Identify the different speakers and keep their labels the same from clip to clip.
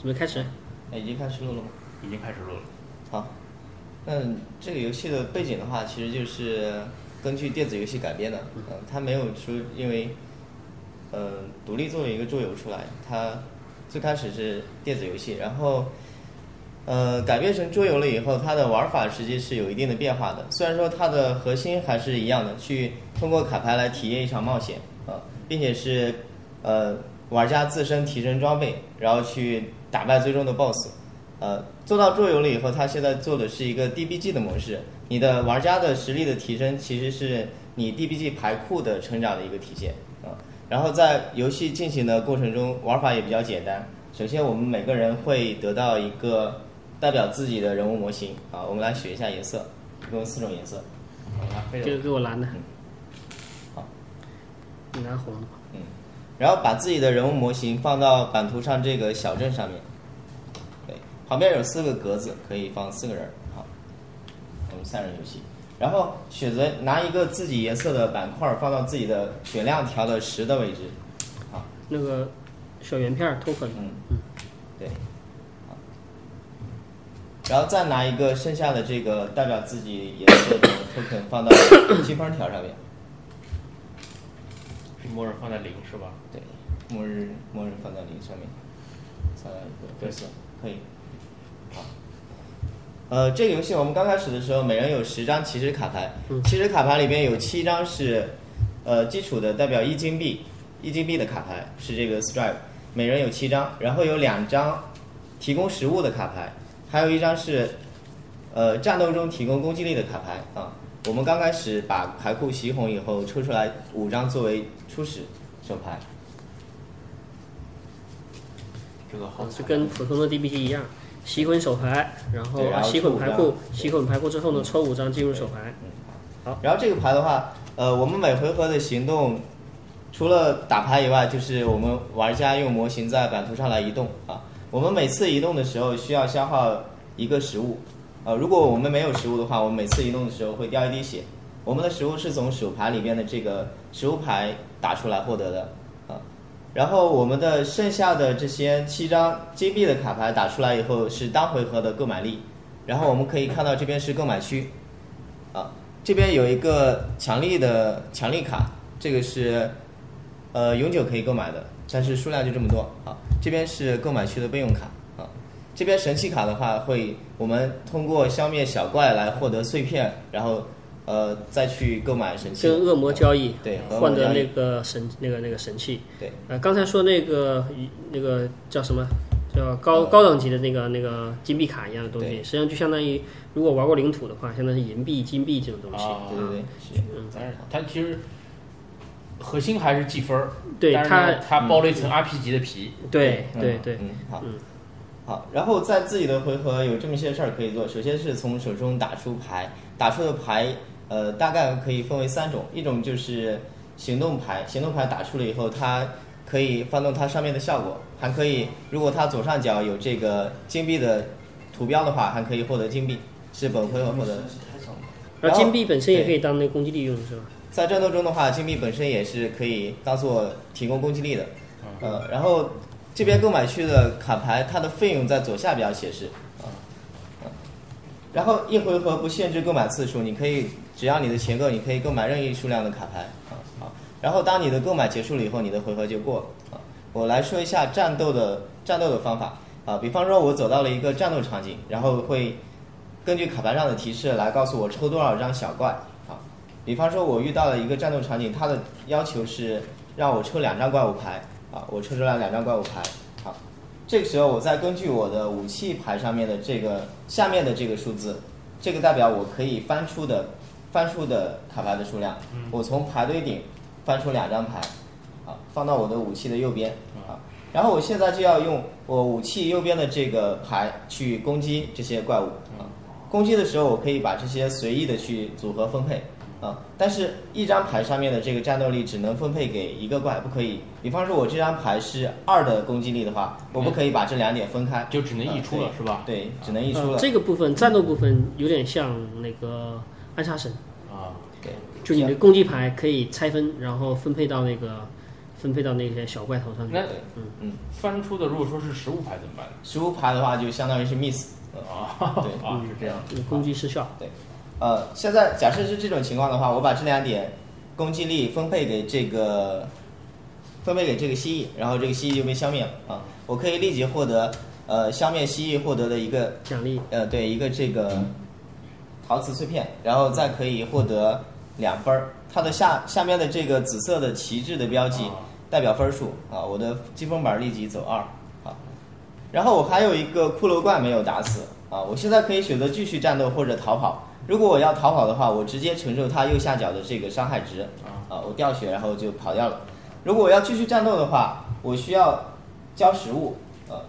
Speaker 1: 准备开始。
Speaker 2: 哎，已经开始录了吗？
Speaker 3: 已经开始录了。
Speaker 2: 好，那这个游戏的背景的话，其实就是根据电子游戏改编的。嗯、它没有说因为呃独立作为一个桌游出来，它最开始是电子游戏，然后呃改编成桌游了以后，它的玩法实际是有一定的变化的。虽然说它的核心还是一样的，去通过卡牌来体验一场冒险啊、呃并且是呃玩家自身提升装备，然后去打败最终的 BOSS。呃，做到桌游了以后，它现在做的是一个 DBG 的模式。你的玩家的实力的提升，其实是你 DBG 牌库的成长的一个体现啊、然后在游戏进行的过程中，玩法也比较简单。首先，我们每个人会得到一个代表自己的人物模型啊，我们来选一下颜色，一共有四种颜色。好来飞
Speaker 1: 给
Speaker 2: 龙
Speaker 1: 给我蓝的。
Speaker 2: 好。
Speaker 1: 你拿红的吧。
Speaker 2: 嗯，然后把自己的人物模型放到版图上这个小镇上面，对，旁边有四个格子，可以放四个人儿。好，我们三人游戏，然后选择拿一个自己颜色的板块儿放到自己的选量调的十的位置。好，
Speaker 1: 那个小圆片儿 token。
Speaker 2: 嗯对，好，然后再拿一个剩下的这个代表自己颜色的 token 放到积分条上面。
Speaker 3: 是默认放在零是吧？
Speaker 2: 对，末日末日放在零上面，再来一个灰色，可以。好，呃，这个游戏我们刚开始的时候，每人有十张骑士卡牌，
Speaker 1: 嗯
Speaker 2: 骑士卡牌里边有七张是呃基础的代表一金币，一金币的卡牌是这个 Stripe，每人有七张，然后有两张提供食物的卡牌，还有一张是呃战斗中提供攻击力的卡牌啊。我们刚开始把牌库洗红以后，抽出来五张作为初始手牌。
Speaker 3: 这个好
Speaker 1: 啊，
Speaker 3: 惨
Speaker 1: 就跟普通的 DBG 一样，洗混手牌，然后
Speaker 2: 对然
Speaker 1: 啊
Speaker 2: 后
Speaker 1: 洗
Speaker 2: 抽
Speaker 1: 混
Speaker 2: 五
Speaker 1: 牌
Speaker 2: 张
Speaker 1: 库，
Speaker 2: 对
Speaker 1: 洗混牌库之后呢，抽五张进入手牌。
Speaker 2: 然后这个牌的话，呃，我们每回合的行动，除了打牌以外，就是我们玩家用模型在版图上来移动啊。我们每次移动的时候需要消耗一个食物，呃，如果我们没有食物的话，我们每次移动的时候会掉一滴血。我们的食物是从手牌里面的这个食物牌打出来获得的啊。然后我们的剩下的这些七张金币的卡牌打出来以后是单回合的购买力，然后我们可以看到这边是购买区，啊，这边有一个强力的强力卡，这个是呃永久可以购买的，但是数量就这么多啊。这边是购买区的备用卡啊，这边神器卡的话会我们通过消灭小怪来获得碎片，然后呃再去购买神器。
Speaker 1: 跟恶魔交易，
Speaker 2: 对和恶魔
Speaker 1: 换得
Speaker 2: 交易嗯
Speaker 1: 那个神那个那个神器。
Speaker 2: 对，
Speaker 1: 呃，刚才说那个那个叫什么？叫高高等级的那个那个金币卡一样的东西，
Speaker 2: 嗯对
Speaker 1: 实际上就相当于，如果玩过领土的话，相当于银币、金币这种东西。
Speaker 3: 啊
Speaker 2: 对对对，是。
Speaker 1: 嗯
Speaker 3: 但是它其实核心还是计分儿，
Speaker 1: 对
Speaker 3: 但是呢它
Speaker 2: 嗯
Speaker 3: 包了一层 RPG 的皮，
Speaker 1: 对
Speaker 2: 嗯
Speaker 1: 对对，
Speaker 2: 嗯，好
Speaker 1: 嗯，
Speaker 2: 好，然后在自己的回合有这么些事儿可以做，首先是从手中打出牌，打出的牌呃大概可以分为三种，一种就是行动牌，行动牌打出了以后，它可以发动它上面的效果，还可以如果它左上角有这个金币的图标的话，还可以获得金币，是本回合获得的。
Speaker 1: 而
Speaker 2: 然后
Speaker 1: 金币本身也
Speaker 2: 对
Speaker 1: 可以当那个攻击利用，是吧？
Speaker 2: 在战斗中的话，金币本身也是可以当做提供攻击力的。呃，然后这边购买区的卡牌，它的费用在左下角显示。啊、嗯然后一回合不限制购买次数，你可以只要你的钱够，你可以购买任意数量的卡牌。啊、好。然后当你的购买结束了以后，你的回合就过了。啊、我来说一下战斗的战斗的方法。啊、比方说我走到了一个战斗场景，然后会根据卡牌上的提示来告诉我抽多少张小怪。啊，比方说，我遇到了一个战斗场景，它的要求是让我抽两张怪物牌啊，我抽出来两张怪物牌。好，这个时候我再根据我的武器牌上面的这个下面的这个数字，这个代表我可以翻出的翻出的卡牌的数量。我从牌堆顶翻出两张牌，啊，放到我的武器的右边啊。然后我现在就要用我武器右边的这个牌去攻击这些怪物啊。攻击的时候，我可以把这些随意的去组合分配啊，但是一张牌上面的这个战斗力只能分配给一个怪，不可以。比方说，我这张牌是二的攻击力的话，我不可以把这两点分开，
Speaker 3: 哎就只能溢出了
Speaker 2: 啊
Speaker 3: 是吧
Speaker 2: 对，只能溢出
Speaker 1: 呃
Speaker 2: 了。
Speaker 1: 这个部分战斗部分有点像那个暗杀神，
Speaker 3: 啊，
Speaker 2: 对，
Speaker 1: 就你的攻击牌可以拆分，然后分配到那个分配到那些小怪头上去。
Speaker 3: 那
Speaker 1: 嗯
Speaker 2: 嗯，
Speaker 3: 翻出的如果说是实物牌怎么办？
Speaker 2: 十五牌的话就相当于是 miss，呃
Speaker 3: 啊
Speaker 2: 对
Speaker 3: 啊，是这样。
Speaker 1: 嗯攻击失效，
Speaker 2: 呃，现在假设是这种情况的话，我把这两点攻击力分配给这个分配给这个蜥蜴，然后这个蜥蜴就被消灭了啊。我可以立即获得呃消灭蜥蜴获得的一个
Speaker 1: 奖励
Speaker 2: 呃对一个这个陶瓷碎片，然后再可以获得两分儿。它的下下面的这个紫色的旗帜的标记
Speaker 3: 啊
Speaker 2: 代表分数啊，我的积分板立即走二啊。然后我还有一个骷髅怪没有打死啊，我现在可以选择继续战斗或者逃跑。如果我要逃跑的话，我直接承受它右下角的这个伤害值
Speaker 3: 啊
Speaker 2: 啊，我掉血然后就跑掉了。如果我要继续战斗的话，我需要交食物，呃，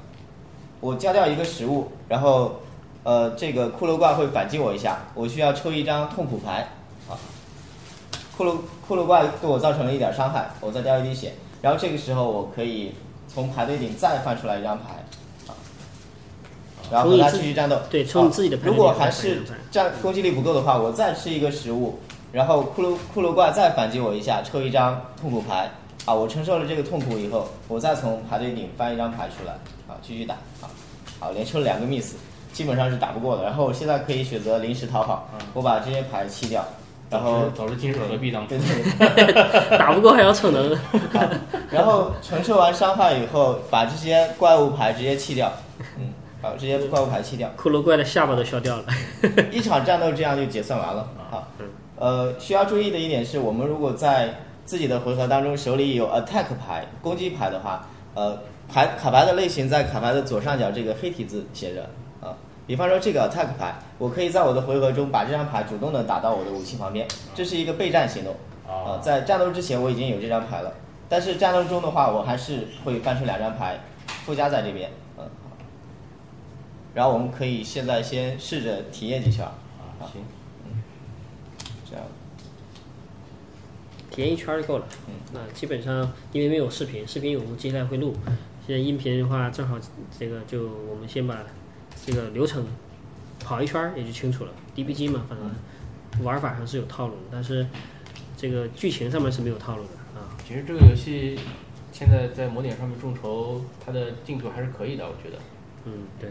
Speaker 2: 我交掉一个食物，然后呃，这个骷髅怪会反击我一下，我需要抽一张痛苦牌啊。骷髅骷髅怪对我造成了一点伤害，我再掉一滴血，然后这个时候我可以从牌堆顶再翻出来一张牌，啊，然后和他继续战斗。
Speaker 1: 对从你自己的
Speaker 2: 啊
Speaker 1: 牌堆
Speaker 2: 如
Speaker 1: 里
Speaker 2: 果
Speaker 1: 翻
Speaker 2: 还
Speaker 1: 出来一
Speaker 2: 是
Speaker 1: 张牌
Speaker 2: 战攻击力不够的话，我再吃一个食物，然后骷髅骷髅怪再反击我一下，抽一张痛苦牌。啊，我承受了这个痛苦以后，我再从牌堆顶翻一张牌出来，啊，继续打，啊，好，连抽了两个 miss，基本上是打不过的。然后我现在可以选择临时逃跑，
Speaker 1: 嗯
Speaker 2: 我把这些牌弃掉，然后
Speaker 3: 早知今日何必当初
Speaker 2: 对。对对
Speaker 1: 打不过还要逞能，
Speaker 2: 好然后承受完伤害以后，把这些怪物牌直接弃掉，嗯，好，这些怪物牌弃掉。
Speaker 1: 骷髅怪的下巴都削掉了。
Speaker 2: 一场战斗这样就结算完
Speaker 3: 啊
Speaker 2: 了。好，
Speaker 3: 嗯
Speaker 2: 呃，需要注意的一点是我们如果在自己的回合当中手里有 attack 牌、攻击牌的话，呃，牌卡牌的类型在卡牌的左上角这个黑体字写着啊。比方说这个 attack 牌，我可以在我的回合中把这张牌主动的打到我的武器旁边，这是一个备战行动。啊、
Speaker 3: 啊，
Speaker 2: 在战斗之前我已经有这张牌了，但是战斗中的话，我还是会翻出两张牌附加在这边，嗯。好然后我们可以现在先试着体验几圈儿，
Speaker 3: 啊行，
Speaker 2: 这样。
Speaker 1: 体验一圈儿就够了。
Speaker 2: 嗯，
Speaker 1: 那基本上因为没有视频，视频有接下来会录。现在音频的话，正好这个就我们先把这个流程跑一圈儿也就清楚了。DBG 嘛，反正玩法上是有套路的，但是这个剧情上面是没有套路的啊。
Speaker 3: 其实这个游戏现在在某点上面众筹，它的进度还是可以的，我觉得。
Speaker 1: 嗯，对。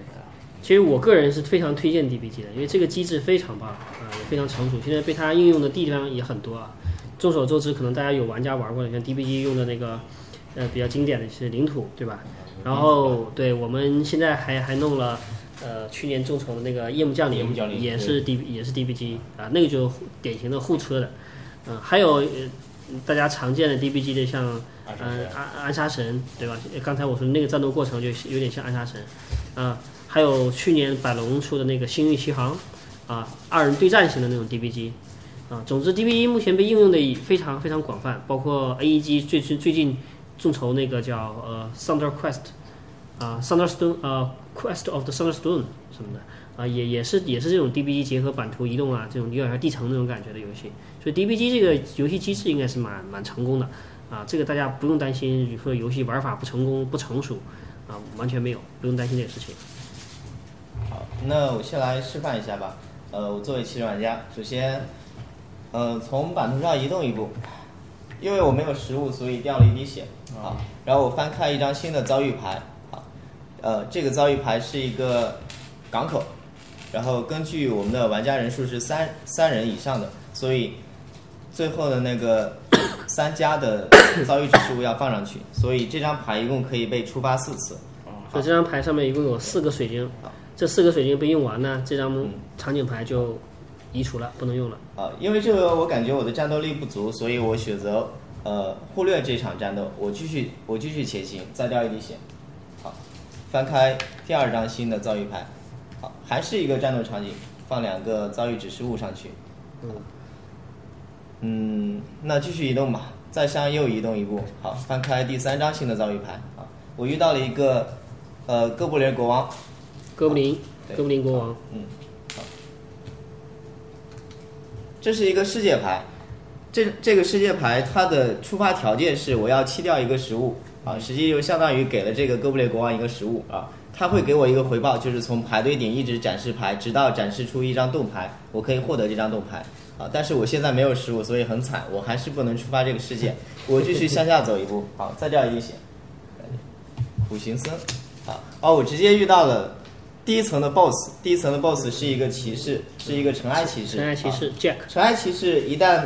Speaker 1: 其实我个人是非常推荐 DBG 的，因为这个机制非常棒啊、也非常成熟。现在被它应用的地方也很多啊。众所周知，可能大家有玩家玩过的，像 DBG 用的那个，呃，比较经典的是领土，对吧？然后，对我们现在还还弄了，呃，去年众筹的那个夜幕降临，
Speaker 3: 夜幕降临
Speaker 1: 也是 D 也是 DBG 啊，那个就典型的互车的，嗯、还有、呃、大家常见的 DBG 的像
Speaker 3: 暗杀
Speaker 1: 嗯
Speaker 3: 神，
Speaker 1: 暗暗杀神对吧？刚才我说那个战斗过程就有点像暗杀神，啊，还有去年百龙出的那个星域奇航，啊，二人对战型的那种 DBG，啊，总之 DBG 目前被应用的非常非常广泛，包括 AEG 最最最近众筹那个叫呃 Thunder Quest，啊 Thunderstone 呃 Quest of the Thunderstone 什么的。啊，也也是也是这种 DBG 结合版图移动啊，这种有点像地城那种感觉的游戏，所以 DBG 这个游戏机制应该是蛮蛮成功的。啊，这个大家不用担心说游戏玩法不成功、不成熟，啊，完全没有，不用担心这个事情。
Speaker 2: 好，那我先来示范一下吧。呃，我作为骑士玩家，首先，呃，从版图上移动一步，因为我没有食物，所以掉了一滴血。好，然后我翻开一张新的遭遇牌。好，呃，这个遭遇牌是一个港口，然后根据我们的玩家人数是三三人以上的，所以最后的那个 三家的 遭遇指示物要放上去，所以这张牌一共可以被触发四次。
Speaker 1: 所以这张牌上面一共有四个水晶
Speaker 2: 好，
Speaker 1: 这四个水晶被用完呢，这张场景牌就移除了，不能用了。
Speaker 2: 啊，因为这个我感觉我的战斗力不足，所以我选择呃忽略这场战斗，我继续我继续前行，再掉一滴血。好，翻开第二张新的遭遇牌，好，还是一个战斗场景，放两个遭遇指示物上去。
Speaker 1: 嗯，
Speaker 2: 嗯，那继续移动吧，再向右移动一步。好，翻开第三张新的遭遇牌。啊，我遇到了一个呃哥布林国王，
Speaker 1: 哥布林，
Speaker 2: 对
Speaker 1: 哥布林国王，
Speaker 2: 嗯，好，这是一个世界牌，这这个世界牌它的触发条件是我要弃掉一个食物啊，实际就相当于给了这个哥布列国王一个食物啊，他会给我一个回报，就是从牌堆顶一直展示牌，直到展示出一张盾牌，我可以获得这张盾牌。啊，但是我现在没有食物，所以很惨，我还是不能触发这个事 件，我继续向下走一步，好，再掉一血，苦行僧，啊，哦，我直接遇到了第一层的 BOSS，第一层的 BOSS 是一个骑士，是一个尘埃骑士，啊
Speaker 1: 尘埃骑士 Jack
Speaker 2: 尘埃骑士一旦，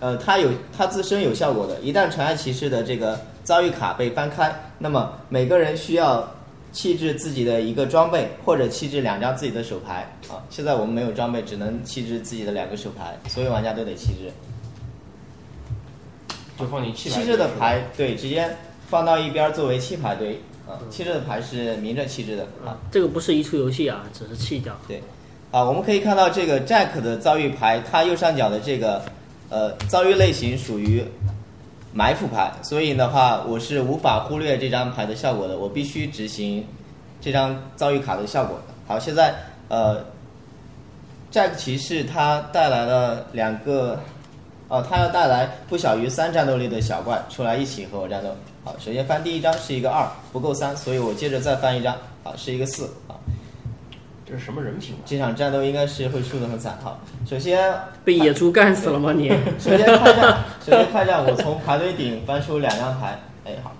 Speaker 2: 呃，它有它自身有效果的，一旦尘埃骑士的这个遭遇卡被翻开，那么每个人需要弃置自己的一个装备，或者弃置两张自己的手牌啊。现在我们没有装备，只能弃置自己的两个手牌，所有玩家都得弃置。
Speaker 3: 就放进弃牌。
Speaker 2: 弃置的牌对，直接放到一边儿作为弃牌堆啊。弃置的牌是明着弃置的啊。
Speaker 1: 啊，这个不是移除游戏啊，只是弃掉。
Speaker 2: 对，啊，我们可以看到这个 Jack 的遭遇牌，它右上角的这个呃遭遇类型属于埋伏牌，所以的话我是无法忽略这张牌的效果的，我必须执行这张遭遇卡的效果的。好，现在呃，Jack 骑士他带来了两个。哦，他要带来不小于三战斗力的小怪出来一起和我战斗。好，首先翻第一张是一个二，不够三，所以我接着再翻一张，好是一个四啊。
Speaker 3: 这是什么人品啊？
Speaker 2: 这场战斗应该是会输得很惨。好，首先
Speaker 1: 被野猪干死了吗 你？
Speaker 2: 首先开战，首先开战，我从排队顶翻出两张牌，哎好，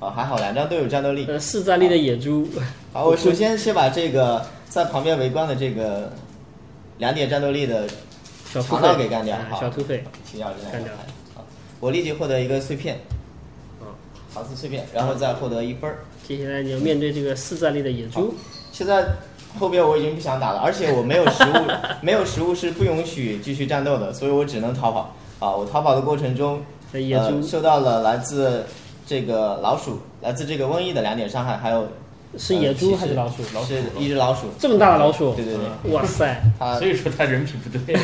Speaker 2: 哦还好两张都有战斗力。
Speaker 1: 呃，势战力的野 猪，
Speaker 2: 好，我首先先把这个在旁边围观的这个两点战斗力的
Speaker 1: 小土
Speaker 2: 肠道
Speaker 1: 匪
Speaker 2: 给干掉
Speaker 1: 哎，
Speaker 2: 好
Speaker 1: 小土匪，
Speaker 2: 提掉这两
Speaker 1: 干
Speaker 2: 张
Speaker 1: 掉
Speaker 2: 牌。好，我立即获得一个碎片，
Speaker 1: 嗯，
Speaker 2: 陶瓷碎片，然后再获得一分儿。
Speaker 1: 接下来你要面对这个势战力的野猪，
Speaker 2: 现在后边我已经不想打了，而且我没有食物，没有食物是不允许继续战斗的，所以我只能逃跑。啊，我逃跑的过程中，
Speaker 1: 这野
Speaker 2: 呃、
Speaker 1: 猪
Speaker 2: 受到了来自这个老鼠、来自这个瘟疫的两点伤害，还有呃
Speaker 1: 是野猪还是老鼠？
Speaker 3: 老鼠
Speaker 2: 是一只老鼠，
Speaker 1: 这么大的老鼠，啊
Speaker 2: 对对对，
Speaker 1: 哇塞，
Speaker 2: 它
Speaker 3: 所以说他人品不 对，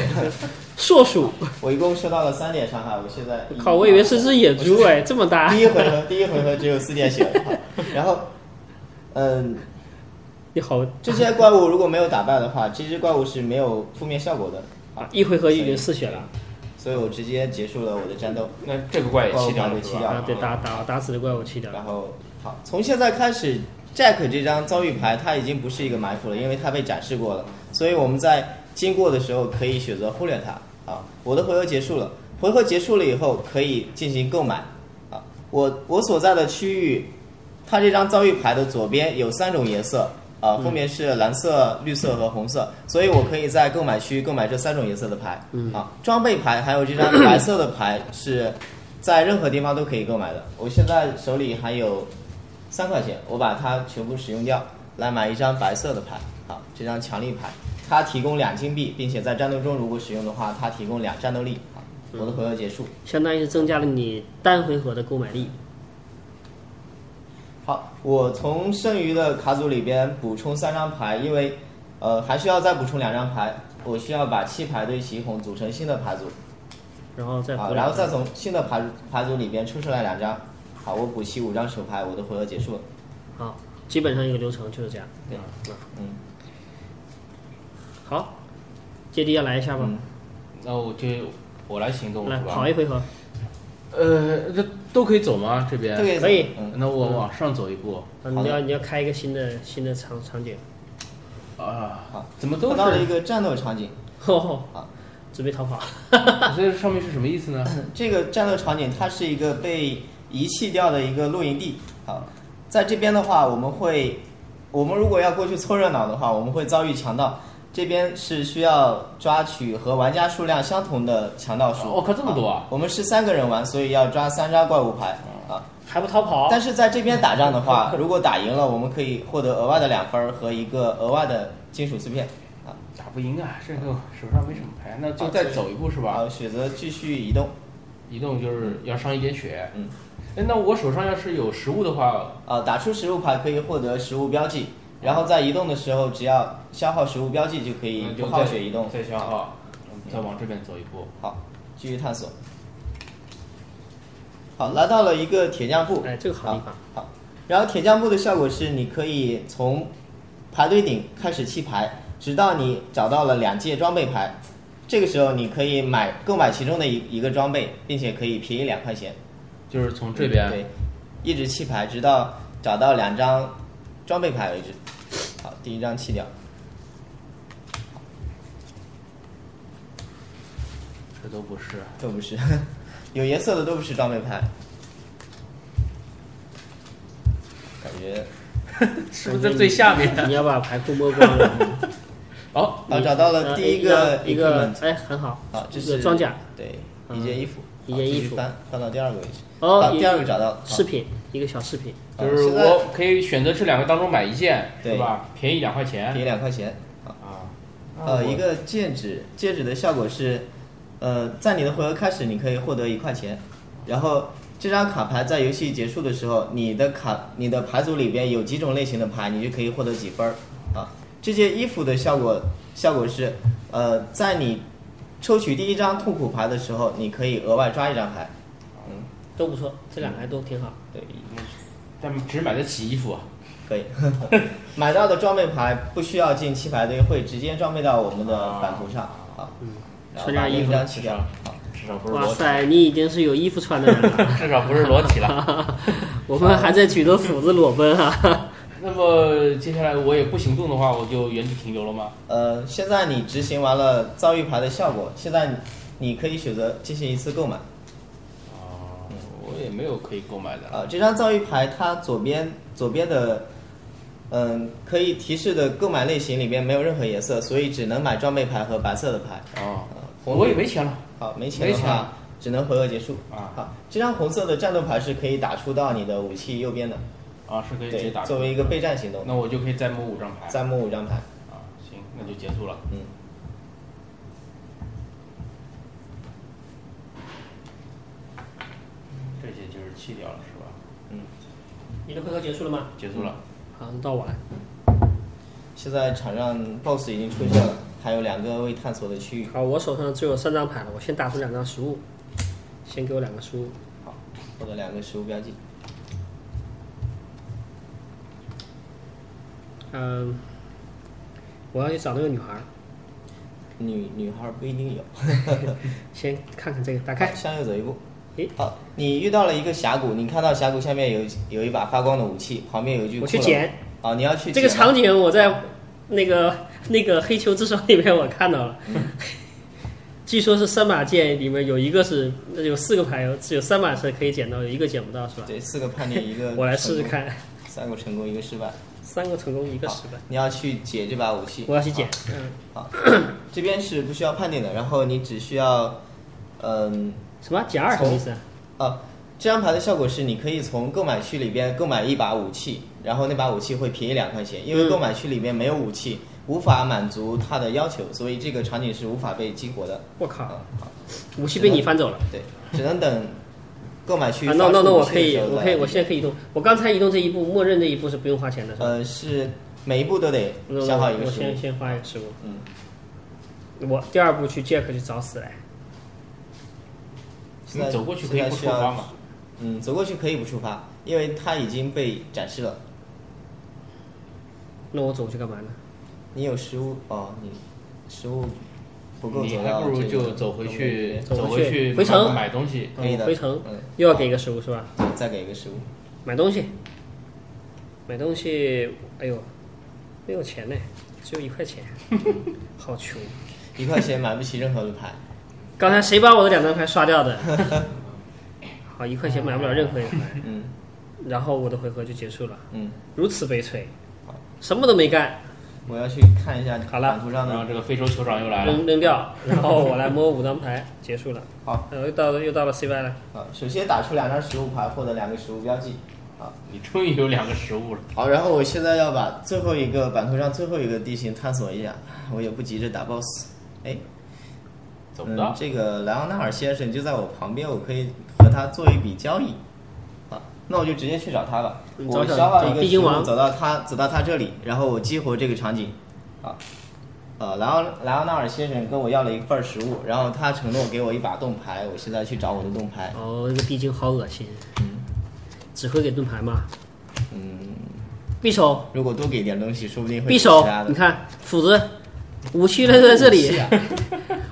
Speaker 1: 硕 鼠，
Speaker 2: 我一共受到了三点伤害，我现在
Speaker 1: 靠，我以为是只野猪哎，这么大
Speaker 2: 第，一回合，第一回合只有四 点血，好然后，嗯，
Speaker 1: 你好
Speaker 2: 这些怪物如果没有打败的话，这只怪物是没有负面效果的，
Speaker 1: 啊，一回合就已经嗜血了
Speaker 2: 所以我直接结束了我的战斗。
Speaker 3: 那这个哦怪也弃掉了是
Speaker 2: 怪物把
Speaker 3: 吧？
Speaker 2: 它
Speaker 1: 啊，对，打打打死的怪物弃掉了，
Speaker 2: 然后，好，从现在开始，Jack 这张遭遇牌它已经不是一个埋伏了，因为它被展示过了，所以我们在经过的时候可以选择忽略它。啊，我的回合结束了，回合结束了以后可以进行购买。啊，我我所在的区域，它这张遭遇牌的左边有三种颜色。啊，分别是蓝色、绿色和红色，所以我可以在购买区购买这三种颜色的牌。啊，装备牌还有这张白色的牌是在任何地方都可以购买的。我现在手里还有三块钱，我把它全部使用掉，来买一张白色的牌。好，这张强力牌，它提供两金币，并且在战斗中如果使用的话，它提供两战斗力。好，我的回合结束。
Speaker 1: 相当于是增加了你单回合的购买力，
Speaker 2: 好，我从剩余的卡组里边补充三张牌，因为呃还需要再补充两张牌，我需要把弃牌对起哄组成新的牌组。
Speaker 1: 然后再
Speaker 2: 好，
Speaker 1: 回
Speaker 2: 然
Speaker 1: 来
Speaker 2: 后，再从新的牌牌组里边抽出来两张。好，我补齐五张手牌，我的回合结束了。
Speaker 1: 好，基本上一个流程就是这样，
Speaker 3: 对
Speaker 1: 嗯
Speaker 2: 嗯，
Speaker 1: 好，接力要来一下吧，
Speaker 2: 嗯
Speaker 3: 那我就我来行动
Speaker 1: 来
Speaker 3: 是吧？
Speaker 1: 跑一回合，
Speaker 3: 呃，这都可以走吗？这边
Speaker 2: 这个也
Speaker 1: 啊可以
Speaker 2: 嗯，
Speaker 3: 那我往上走一步
Speaker 1: 啊，你要你要开一个新的新的场场 景，
Speaker 3: 啊
Speaker 2: 好！
Speaker 3: 怎么都
Speaker 2: 碰到了一
Speaker 3: 是？
Speaker 2: 个战斗场景。
Speaker 1: 吼
Speaker 2: 好，
Speaker 1: 哦准备逃跑，
Speaker 3: 这上面是什么意思呢？
Speaker 2: 这个战斗场景它是一个被遗弃掉的一个露营地。好，在这边的话，我们会，我们如果要过去凑热闹的话，我们会遭遇强盗。这边是需要抓取和玩家数量相同的强盗数。
Speaker 3: 我靠，这么多
Speaker 2: 啊
Speaker 3: 啊！
Speaker 2: 我们是三个人玩，所以要抓三张怪物牌啊。
Speaker 1: 还不逃跑？
Speaker 2: 但是在这边打仗的话，如果打赢了，我们可以获得额外的两分儿和一个额外的金属碎片。啊，
Speaker 3: 打不赢啊，这个手上没什么牌，那就
Speaker 2: 啊
Speaker 3: 再
Speaker 2: 对
Speaker 3: 走一步是吧？
Speaker 2: 好，选择继续移动。
Speaker 3: 移动就是要上一点血。
Speaker 2: 嗯，
Speaker 3: 哎，那我手上要是有食物的话，
Speaker 2: 呃，打出食物牌可以获得食物标记，然后在移动的时候，只要消耗食物标记就可以
Speaker 3: 那
Speaker 2: 不
Speaker 3: 就
Speaker 2: 耗
Speaker 3: 再
Speaker 2: 血移动。
Speaker 3: 再消耗，再往这边走一步。
Speaker 2: 好，继续探索。好，来到了一个铁匠铺。
Speaker 1: 哎，这个好地方，
Speaker 2: 好，然后铁匠铺的效果是，你可以从排队顶开始弃牌，直到你找到了两届装备牌。这个时候，你可以买购买其中的一一个装备，并且可以便宜两块钱。
Speaker 3: 就是从这边，
Speaker 2: 对，一直弃牌，直到找到两张装备牌为止。好，第一张弃掉。
Speaker 3: 这都不是。
Speaker 2: 都不是， 有颜色的都不是装备牌。感觉
Speaker 3: 是不是在最下面？
Speaker 1: 你要把牌库摸光 了。
Speaker 3: 哦，
Speaker 2: 啊，找到了
Speaker 1: 呃
Speaker 2: 第
Speaker 1: 一
Speaker 2: 个
Speaker 1: 一个
Speaker 2: equipment，
Speaker 1: 哎，很好，
Speaker 2: 啊，这
Speaker 1: 一个
Speaker 2: 是
Speaker 1: 装甲，
Speaker 2: 对，
Speaker 1: 嗯
Speaker 2: 一件衣服，
Speaker 1: 一件
Speaker 2: 好继
Speaker 1: 衣
Speaker 2: 续
Speaker 1: 服
Speaker 2: 翻翻到第二个位置，
Speaker 1: 哦
Speaker 2: 啊
Speaker 1: 一
Speaker 2: 第二个找到
Speaker 1: 饰，
Speaker 2: 好
Speaker 1: 品，一个小饰品，
Speaker 2: 啊
Speaker 3: 就是
Speaker 2: 现在
Speaker 3: 我可以选择这两个当中买一件，
Speaker 2: 对
Speaker 3: 是吧？便宜两块钱
Speaker 2: 便宜两块钱，啊，
Speaker 3: 啊。
Speaker 1: 嗯
Speaker 2: 呃，
Speaker 3: 我
Speaker 2: 一个戒指，戒指的效果是，呃，在你的回合开始，你可以获得一块钱，然后这张卡牌在游戏结束的时候，你的卡你的牌组里边有几种类型的牌，你就可以获得几分儿啊。这件衣服的效果效果是，呃，在你抽取第一张痛苦牌的时候，你可以额外抓一张牌，
Speaker 1: 都不错，这两个还都挺好。
Speaker 2: 对，
Speaker 3: 但只买得起衣服啊。
Speaker 2: 可以，买到的装备牌不需要进棋牌的优惠，直接装备到我们的版图上啊。
Speaker 1: 嗯
Speaker 2: 然后
Speaker 1: 穿
Speaker 2: 把
Speaker 1: 上衣
Speaker 2: 那
Speaker 1: 服
Speaker 2: 张弃掉。啊好，
Speaker 3: 至少
Speaker 2: 嗯
Speaker 3: 不是
Speaker 1: 哇
Speaker 3: 裸体，
Speaker 1: 塞，你已经是有衣服穿的人 了，
Speaker 3: 至少不是裸体了。
Speaker 1: 我们还在举着斧子裸奔 啊！
Speaker 3: 那么接下来我也不行动的话，我就原地停留了吗？
Speaker 2: 呃，现在你执行完了遭遇牌的效果，现在你可以选择进行一次购买。
Speaker 3: 哦，我也没有可以购买的。
Speaker 2: 啊，这张遭遇牌它左边左边的，嗯、可以提示的购买类型里面没有任何颜色，所以只能买装备牌和白色的牌。
Speaker 3: 哦
Speaker 2: 呃，红
Speaker 3: 我也没钱了。
Speaker 2: 好，没钱的
Speaker 3: 没钱
Speaker 2: 话只能回合结束。
Speaker 3: 啊
Speaker 2: 好，这张红色的战斗牌是可以打出到你的武器右边的，
Speaker 3: 啊，是可以直接
Speaker 2: 对
Speaker 3: 打，
Speaker 2: 作为一个备战行动，
Speaker 3: 那我就可以再摸五张牌。
Speaker 2: 再摸五张牌。
Speaker 3: 啊，行，那就结束了。
Speaker 2: 嗯，
Speaker 3: 这些就是弃掉了，是吧？
Speaker 1: 你的回合结束了吗？
Speaker 3: 结束了。
Speaker 2: 嗯
Speaker 1: 好，到我了。
Speaker 2: 现在场上 BOSS 已经出现了，还有两个未探索的区域。
Speaker 1: 好，我手上只有三张牌了，我先打出两张食物，先给我两个食物。
Speaker 2: 好，获得两个食物标记。
Speaker 1: 嗯，我要去找那个女孩儿，
Speaker 2: 女女孩不一 定有。
Speaker 1: 先看看这个，打开
Speaker 2: 好。向右走一步
Speaker 1: 诶。
Speaker 2: 好，你遇到了一个峡谷，你看到峡谷下面有有一把发光的武器，旁边有一具骷髅。
Speaker 1: 我去捡。
Speaker 2: 啊，你要去
Speaker 1: 这个
Speaker 2: 捡
Speaker 1: 场
Speaker 2: 吗
Speaker 1: 景我在那个 那个《黑球之手》里面我看到了， 据说是三把剑里面有一个是有四个牌，有只有三把是可以捡到，有一个捡不到是吧？。
Speaker 2: 对，四个判定一个
Speaker 1: 我来试试，看，
Speaker 2: 三个呃成功，一个失败。
Speaker 1: 三个成功一个
Speaker 2: 好
Speaker 1: 失败，
Speaker 2: 你要去解这把武器。
Speaker 1: 我要去捡。嗯，
Speaker 2: 这边是不需要判定的，然后你只需要，嗯，
Speaker 1: 什么减二什么意思啊？
Speaker 2: 啊，这张牌的效果是你可以从购买区里边购买一把武器，然后那把武器会便宜两块钱，因为
Speaker 1: 嗯
Speaker 2: 购买区里边没有武器，无法满足它的要求，所以这个场景是无法被激活的。
Speaker 1: 我
Speaker 2: 啊，
Speaker 1: 靠，
Speaker 2: 好，
Speaker 1: 武器被你翻走了。
Speaker 2: 对，只能等购买区
Speaker 1: 啊
Speaker 2: 发
Speaker 1: ，no
Speaker 2: 出
Speaker 1: no no，
Speaker 2: 武
Speaker 1: 我
Speaker 2: 器
Speaker 1: 可
Speaker 2: 的
Speaker 1: 以，
Speaker 2: 时候
Speaker 1: 我
Speaker 2: 再
Speaker 1: 可以，我现在可以移动。我刚才移动这一步，默认这一步是不用花钱的，是吧？
Speaker 2: 呃是每一步都得
Speaker 1: 那
Speaker 2: 嗯消耗一
Speaker 1: 我
Speaker 2: 个
Speaker 1: 我
Speaker 2: 食物
Speaker 1: 先。先花一个十五。
Speaker 2: 嗯，
Speaker 1: 我第二步去 Jack 去找死来。
Speaker 2: 现
Speaker 3: 你
Speaker 2: 在
Speaker 3: 走过去可以不
Speaker 2: 现在需
Speaker 3: 出
Speaker 2: 要
Speaker 3: 发嘛？
Speaker 2: 嗯，走过去可以不触发，因为它已经被展示了。
Speaker 1: 那我走过去干嘛呢？
Speaker 2: 你有食物哦，你食物不够
Speaker 3: 你
Speaker 2: 走
Speaker 3: 还
Speaker 2: 到
Speaker 3: 不如
Speaker 2: 这个
Speaker 3: 就走回去，
Speaker 1: 走回
Speaker 3: 回
Speaker 1: 去
Speaker 3: 去
Speaker 1: 回城
Speaker 3: 买买东西。
Speaker 2: 可以的
Speaker 1: 嗯回城
Speaker 2: 嗯
Speaker 1: 又要给一个十五是吧？
Speaker 2: 再给一个食物。
Speaker 1: 买东西，买东西，哎呦，没有钱呢，只有一块 钱，好穷。
Speaker 2: 一块钱买不起任何的牌，
Speaker 1: 刚才谁把我的两张牌刷掉的？ 好，一块钱买不了任何一块，
Speaker 2: 嗯
Speaker 1: 然后我的回合就结束了，
Speaker 2: 嗯，
Speaker 1: 如此悲催，什么都没干，
Speaker 2: 我要去看一下
Speaker 1: 好了
Speaker 2: 版图上
Speaker 3: 然后
Speaker 2: 的。
Speaker 3: 这个非洲酋长又
Speaker 2: 啊
Speaker 3: 来了，
Speaker 2: 嗯
Speaker 1: 扔扔掉，然后我来摸五张牌，结束了。
Speaker 2: 好，
Speaker 1: 然后又到了又到了 CY 了，
Speaker 2: 好，首先打出两张食物牌，获得两个食物标记。好，
Speaker 3: 你终于有两个食物了。
Speaker 2: 好，然后我现在要把最后一个版图上最后一个地形探索一下，我也不急着打 BOSS。哎，
Speaker 3: 走不
Speaker 2: 嗯
Speaker 3: 到，，
Speaker 2: 这个莱昂纳尔先生就在我旁边，我可以和他做一笔交易。好，那我就直接去找他吧。
Speaker 1: 你
Speaker 2: 我
Speaker 1: 找找
Speaker 2: 消耗
Speaker 1: 找
Speaker 2: 一个
Speaker 1: 地
Speaker 2: 食
Speaker 1: 精
Speaker 2: 物
Speaker 1: 王
Speaker 2: 走到他走到他这里，然后我激活这个场景。好，呃，莱昂莱昂纳尔先生跟我要了一份食物，然后他承诺给我一把盾牌，我现在去找我的盾牌。
Speaker 1: 哦，这个地精好恶心，只会给盾牌嘛，
Speaker 2: 嗯，
Speaker 1: 匕首
Speaker 2: 如果多给点东西，说不定会
Speaker 1: 匕
Speaker 2: 有
Speaker 1: 首
Speaker 2: 其他，的
Speaker 1: 你看斧子，武器都在这
Speaker 2: 武
Speaker 1: 里
Speaker 2: 器，啊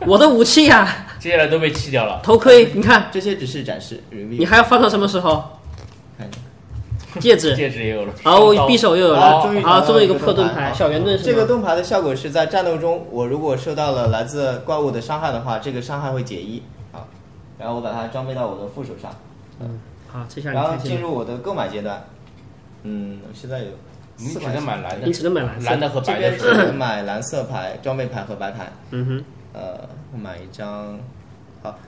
Speaker 1: 我的武器呀、
Speaker 3: 接下来都被弃掉了。
Speaker 1: 头盔，你看，
Speaker 2: 这些只是展示，
Speaker 1: 你还要放到什么时候？
Speaker 2: 看一下
Speaker 1: 戒指，
Speaker 3: 戒指也有了，
Speaker 1: 然后匕首又有
Speaker 2: 啊
Speaker 1: 了，
Speaker 2: 终于
Speaker 1: 然后
Speaker 2: 找
Speaker 1: 最
Speaker 2: 到
Speaker 1: 后一个
Speaker 2: 一个
Speaker 1: 破
Speaker 2: 盾
Speaker 1: 盾
Speaker 2: 牌
Speaker 1: 牌，
Speaker 2: 啊
Speaker 1: 小圆盾
Speaker 2: 这
Speaker 1: 是
Speaker 2: 个
Speaker 1: 吗？
Speaker 2: 盾牌的效果是在战斗中，我如果受到了来自怪物的伤害的话，这个伤害会减一啊，然后我把它装备到我的副手上，
Speaker 1: 嗯好，这下你
Speaker 2: 然后
Speaker 1: 开心
Speaker 2: 进
Speaker 1: 了。
Speaker 2: 入我的购买阶段。嗯，我现在有
Speaker 3: 你
Speaker 2: 四
Speaker 3: 只
Speaker 2: 款
Speaker 3: 能买蓝的，
Speaker 1: 你只能买蓝色
Speaker 3: 蓝的和
Speaker 2: 这
Speaker 3: 白的
Speaker 2: 边
Speaker 3: 是吧。
Speaker 2: 是买蓝色牌、装备牌和白牌。
Speaker 1: 嗯哼，
Speaker 2: 呃，我买一张，好，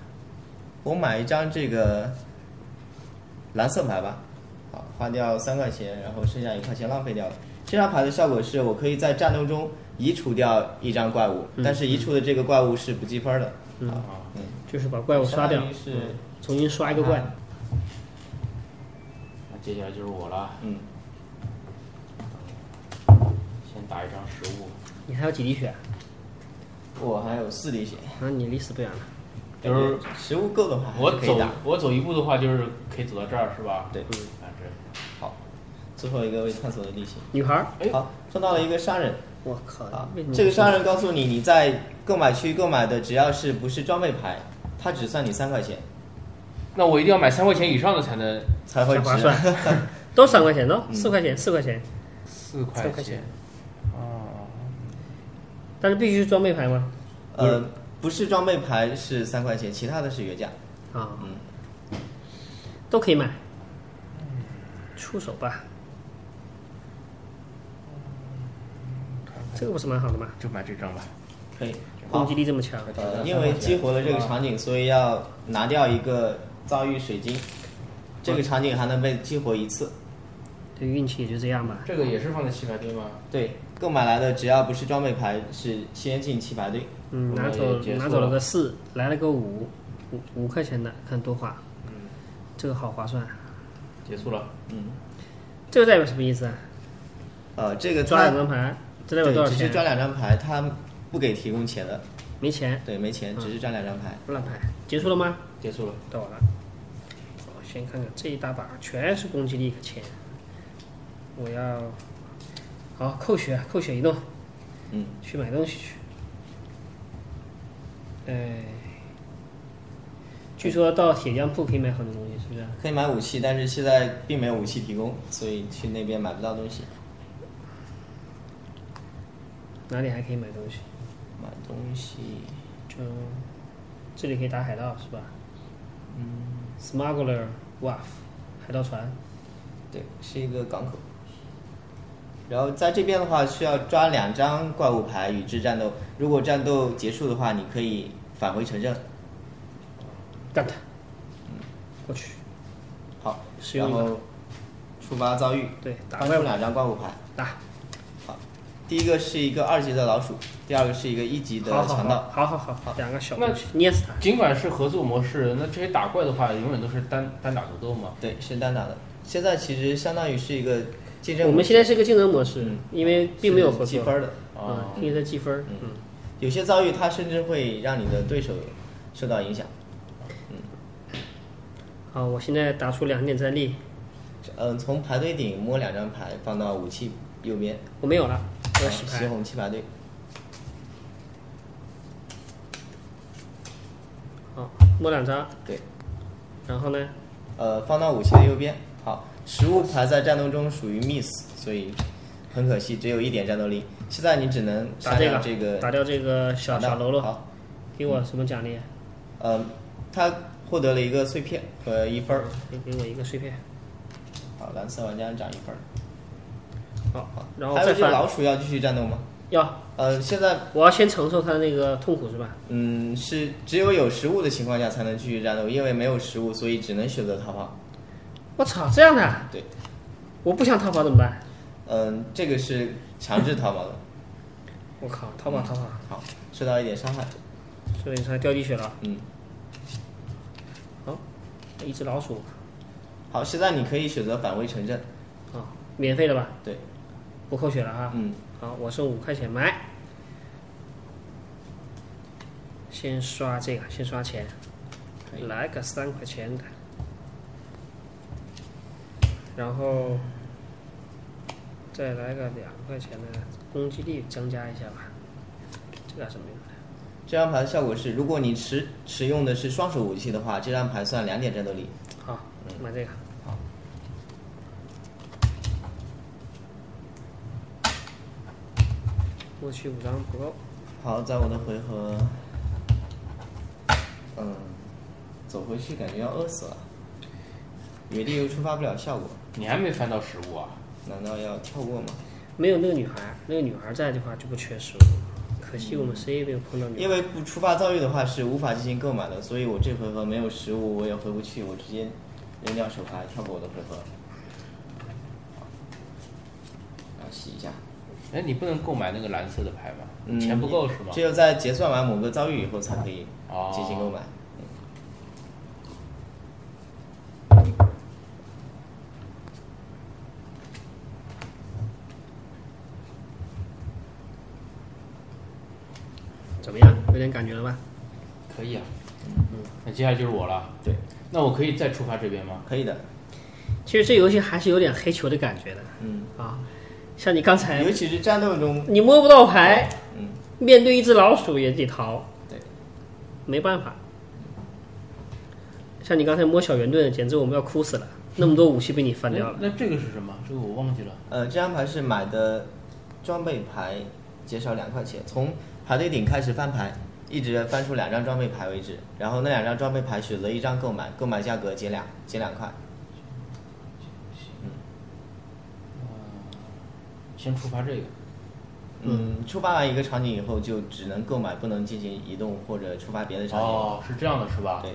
Speaker 2: 我买一张这个蓝色牌吧。好，花掉三块钱，然后剩下一块钱浪费掉了。这张牌的效果是我可以在战斗中移除掉一张怪物，
Speaker 3: 嗯
Speaker 2: 但是移除的这个怪物是不积分的。啊，
Speaker 1: 就是把怪物刷掉
Speaker 2: 相当于，是嗯
Speaker 1: 嗯重新刷一个怪。
Speaker 3: 那接下来就是我了，
Speaker 2: 嗯，
Speaker 3: 先打一张食物，
Speaker 1: 你还有几滴血啊？
Speaker 2: 我还有四滴血，
Speaker 1: 啊，你离死不远了。
Speaker 3: 就是
Speaker 2: 食物够的话还
Speaker 3: 我
Speaker 2: 是可以
Speaker 3: 走
Speaker 2: 打。
Speaker 3: 我走一步的话，就是可以走到这儿是吧？
Speaker 2: 对
Speaker 3: 嗯，反正
Speaker 2: 好，最后一个未探索的地形。
Speaker 1: 女孩儿，
Speaker 3: 哎
Speaker 2: 好，碰到了一个商人。
Speaker 1: 我靠
Speaker 2: 啊，
Speaker 1: 为什么
Speaker 2: 这个商人告诉你，你在购买区购买的只要是不是装备牌，他只算你三块钱
Speaker 3: 那我一定要买三块钱以上的才能
Speaker 2: 才会
Speaker 1: 才
Speaker 2: 值
Speaker 1: 划算。都三块钱都
Speaker 2: 嗯
Speaker 1: 四块钱，四块钱，
Speaker 3: 四块
Speaker 1: 三块钱。
Speaker 3: 哦，
Speaker 1: 但是必须是装备牌吗？
Speaker 2: 呃，不是装备牌是三块钱，其他的是原价。
Speaker 1: 啊，
Speaker 2: 嗯，
Speaker 1: 都可以买。出手吧，这个不是蛮好的吗？
Speaker 3: 就买这张吧。
Speaker 2: 可以。
Speaker 1: 攻
Speaker 2: 好
Speaker 1: 击，力这么强，
Speaker 2: 呃，因为激活了这个场景，所以要拿掉一个遭遇水晶。这个场景还能被激活一次。
Speaker 1: 这运气也就这样吧。
Speaker 3: 这个也是放在棋牌堆吗？
Speaker 2: 对，购买来的只要不是装备牌，是先进棋牌堆。
Speaker 1: 嗯，
Speaker 3: 我
Speaker 1: 拿
Speaker 3: 们
Speaker 1: 走
Speaker 3: 也结束
Speaker 1: 拿走了
Speaker 3: 了
Speaker 1: 个四，来了个五，五五块钱的，看多划。这个好划算。
Speaker 3: 结束了，
Speaker 2: 嗯，
Speaker 1: 这个代表什么意思啊？
Speaker 2: 呃，这个
Speaker 1: 抓
Speaker 2: 他
Speaker 1: 两张牌，这代
Speaker 2: 对
Speaker 1: 表多少
Speaker 2: 只是抓
Speaker 1: 钱？啊
Speaker 2: 两张牌，他不给提供钱的。
Speaker 1: 没钱，
Speaker 2: 对，没钱，只是抓两张牌。
Speaker 1: 不让牌。结束了吗？
Speaker 3: 结束了。
Speaker 1: 到我了。我先看看这一大把全是攻击力和钱，我要好扣血，啊扣血移动
Speaker 2: 嗯，
Speaker 1: 去买东西去。哎，据说到铁匠铺可以买很多东西，是不是？啊
Speaker 2: 可以买武器，但是现在并没有武器提供，所以去那边买不到东西。
Speaker 1: 哪里还可以买东西？
Speaker 2: 买东西，
Speaker 1: 就这里可以打海盗是吧？嗯，smuggler wharf，海盗船。
Speaker 2: 对，是一个港口。然后在这边的话，需要抓两张怪物牌与之战斗。如果战斗结束的话，你可以返回城镇。
Speaker 1: 干他！过去，
Speaker 2: 好，
Speaker 1: 使用
Speaker 2: 然
Speaker 1: 一个
Speaker 2: 后触发遭遇，
Speaker 1: 对打
Speaker 2: 翻
Speaker 1: 怪
Speaker 2: 出
Speaker 1: 物
Speaker 2: 两张怪物牌。
Speaker 1: 打，
Speaker 2: 第一个是一个二级的老鼠，第二个是一个一级的
Speaker 1: 好好
Speaker 2: 强
Speaker 1: 好
Speaker 2: 盗。
Speaker 1: 好好好，两个小
Speaker 3: 那
Speaker 1: 东西捏死他。
Speaker 3: 尽管是合作模式，那这些打怪的话，永远都是单单打独斗嘛。
Speaker 2: 对，是单打的。现在其实相当于是一个竞争模式，
Speaker 1: 我们现在是一个竞争模式
Speaker 2: 嗯，
Speaker 1: 因为并没有合
Speaker 2: 是积
Speaker 1: 作，
Speaker 2: 分的。
Speaker 1: 啊
Speaker 3: 啊，，
Speaker 1: 可以在积分儿。
Speaker 2: 嗯
Speaker 1: 嗯，
Speaker 2: 有些遭遇，它甚至会让你的对手受到影响。
Speaker 1: 好，我现在打出两点战力，
Speaker 2: 嗯，从排队顶摸两张牌，放到武器右边，
Speaker 1: 我没有了，我要洗
Speaker 2: 西
Speaker 1: 牌。
Speaker 2: 红七排队。
Speaker 1: 好，摸两张，
Speaker 2: 对，
Speaker 1: 然后呢，
Speaker 2: 呃，放到武器的右边。好，食物牌在战斗中属于 miss，所以很可惜，只有一点战斗力。现在你只能
Speaker 1: 打
Speaker 2: 杀
Speaker 1: 这
Speaker 2: 掉
Speaker 1: 个，
Speaker 2: 这个
Speaker 1: 打掉这个小
Speaker 2: 强
Speaker 1: 小
Speaker 2: 盗
Speaker 1: 喽啰，
Speaker 2: 好，嗯
Speaker 1: 给我什么奖励？
Speaker 2: 呃，他获得了一个碎片和一分儿。
Speaker 1: 给给我一个碎片。
Speaker 2: 好，蓝色玩家涨一分儿。
Speaker 1: 好
Speaker 2: 好，，
Speaker 1: 然后
Speaker 2: 还有
Speaker 1: 再
Speaker 2: 这个
Speaker 1: 反
Speaker 2: 老鼠要继续战斗吗？
Speaker 1: 要，
Speaker 2: 呃，现在
Speaker 1: 我要先承受他的那个痛苦是吧？
Speaker 2: 嗯，是只有有食物的情况下才能继续战斗，因为没有食物，所以只能选择逃跑。
Speaker 1: 我操，这样的啊，
Speaker 2: 对，
Speaker 1: 我不想逃跑怎么办？
Speaker 2: 嗯，这个是强制逃跑的。
Speaker 1: 我靠，逃跑逃跑，
Speaker 2: 好，受到一点伤害。
Speaker 1: 所以他掉滴血了。
Speaker 2: 嗯，
Speaker 1: 好，一只老鼠，
Speaker 2: 好，现在你可以选择返回城镇。
Speaker 1: 啊，免费的吧？
Speaker 2: 对，
Speaker 1: 不扣血了啊。
Speaker 2: 嗯，
Speaker 1: 好，我剩五块钱买。先刷这个，先刷钱
Speaker 2: 可，以
Speaker 1: 来个三块钱的，然后再来个两块钱的，攻击力增加一下吧。这个什么用的？
Speaker 2: 这张牌的效果是，如果你持使用的是双手嗯武器的话，这张牌算两点战斗力。
Speaker 1: 好，买这个。
Speaker 2: 好，
Speaker 1: 过去五张不够。
Speaker 2: 好，在我的回合，嗯，走回去感觉要饿死了，原地又触发不了效果，
Speaker 3: 你还没翻到食物啊？
Speaker 2: 难道要跳过吗？
Speaker 1: 没有那个女孩，那个女孩在的话就不缺食物。可惜我们谁也没有碰到女孩。
Speaker 2: 嗯因为不触发遭遇的话是无法进行购买的，所以我这回合没有食物，我也回不去，我直接扔掉手牌，跳过我的回合。啊，洗一下。
Speaker 3: 哎，你不能购买那个蓝色的牌吗？
Speaker 2: 嗯，
Speaker 3: 钱不够是哦吗
Speaker 2: 只？有在结算完某个遭遇以后才可以进行购买。
Speaker 1: 怎么样？有点感觉了吧？
Speaker 3: 可以啊。那接下来就是我了。
Speaker 2: 对，
Speaker 3: 那我可以再触发这边吗？
Speaker 2: 可以的。
Speaker 1: 其实这游戏还是有点黑球的感觉的
Speaker 2: 嗯，
Speaker 1: 啊，像你刚
Speaker 3: 哎
Speaker 1: 才
Speaker 2: 尤其是战斗中，
Speaker 1: 你摸不到牌，
Speaker 2: 嗯，
Speaker 1: 面对一只老鼠也得逃，
Speaker 2: 对，
Speaker 1: 没办法。
Speaker 2: 嗯
Speaker 1: 像你刚才摸小圆盾，简直我们要哭死了，那么多武器被你翻掉了。
Speaker 3: 那那这个是什么？这个我忘记了。
Speaker 2: 呃，这张牌是买的装备牌，减少两块钱，从排队顶开始翻牌，一直翻出两张装备牌为止。然后那两张装备牌选择一张购买，购买价格减两减两块。嗯
Speaker 3: 呃先触发这个。
Speaker 2: 嗯，触发完一个场景以后，就只能购买，不能进行移动或者触发别的场景。
Speaker 3: 哦，是这样的，是吧？
Speaker 2: 对，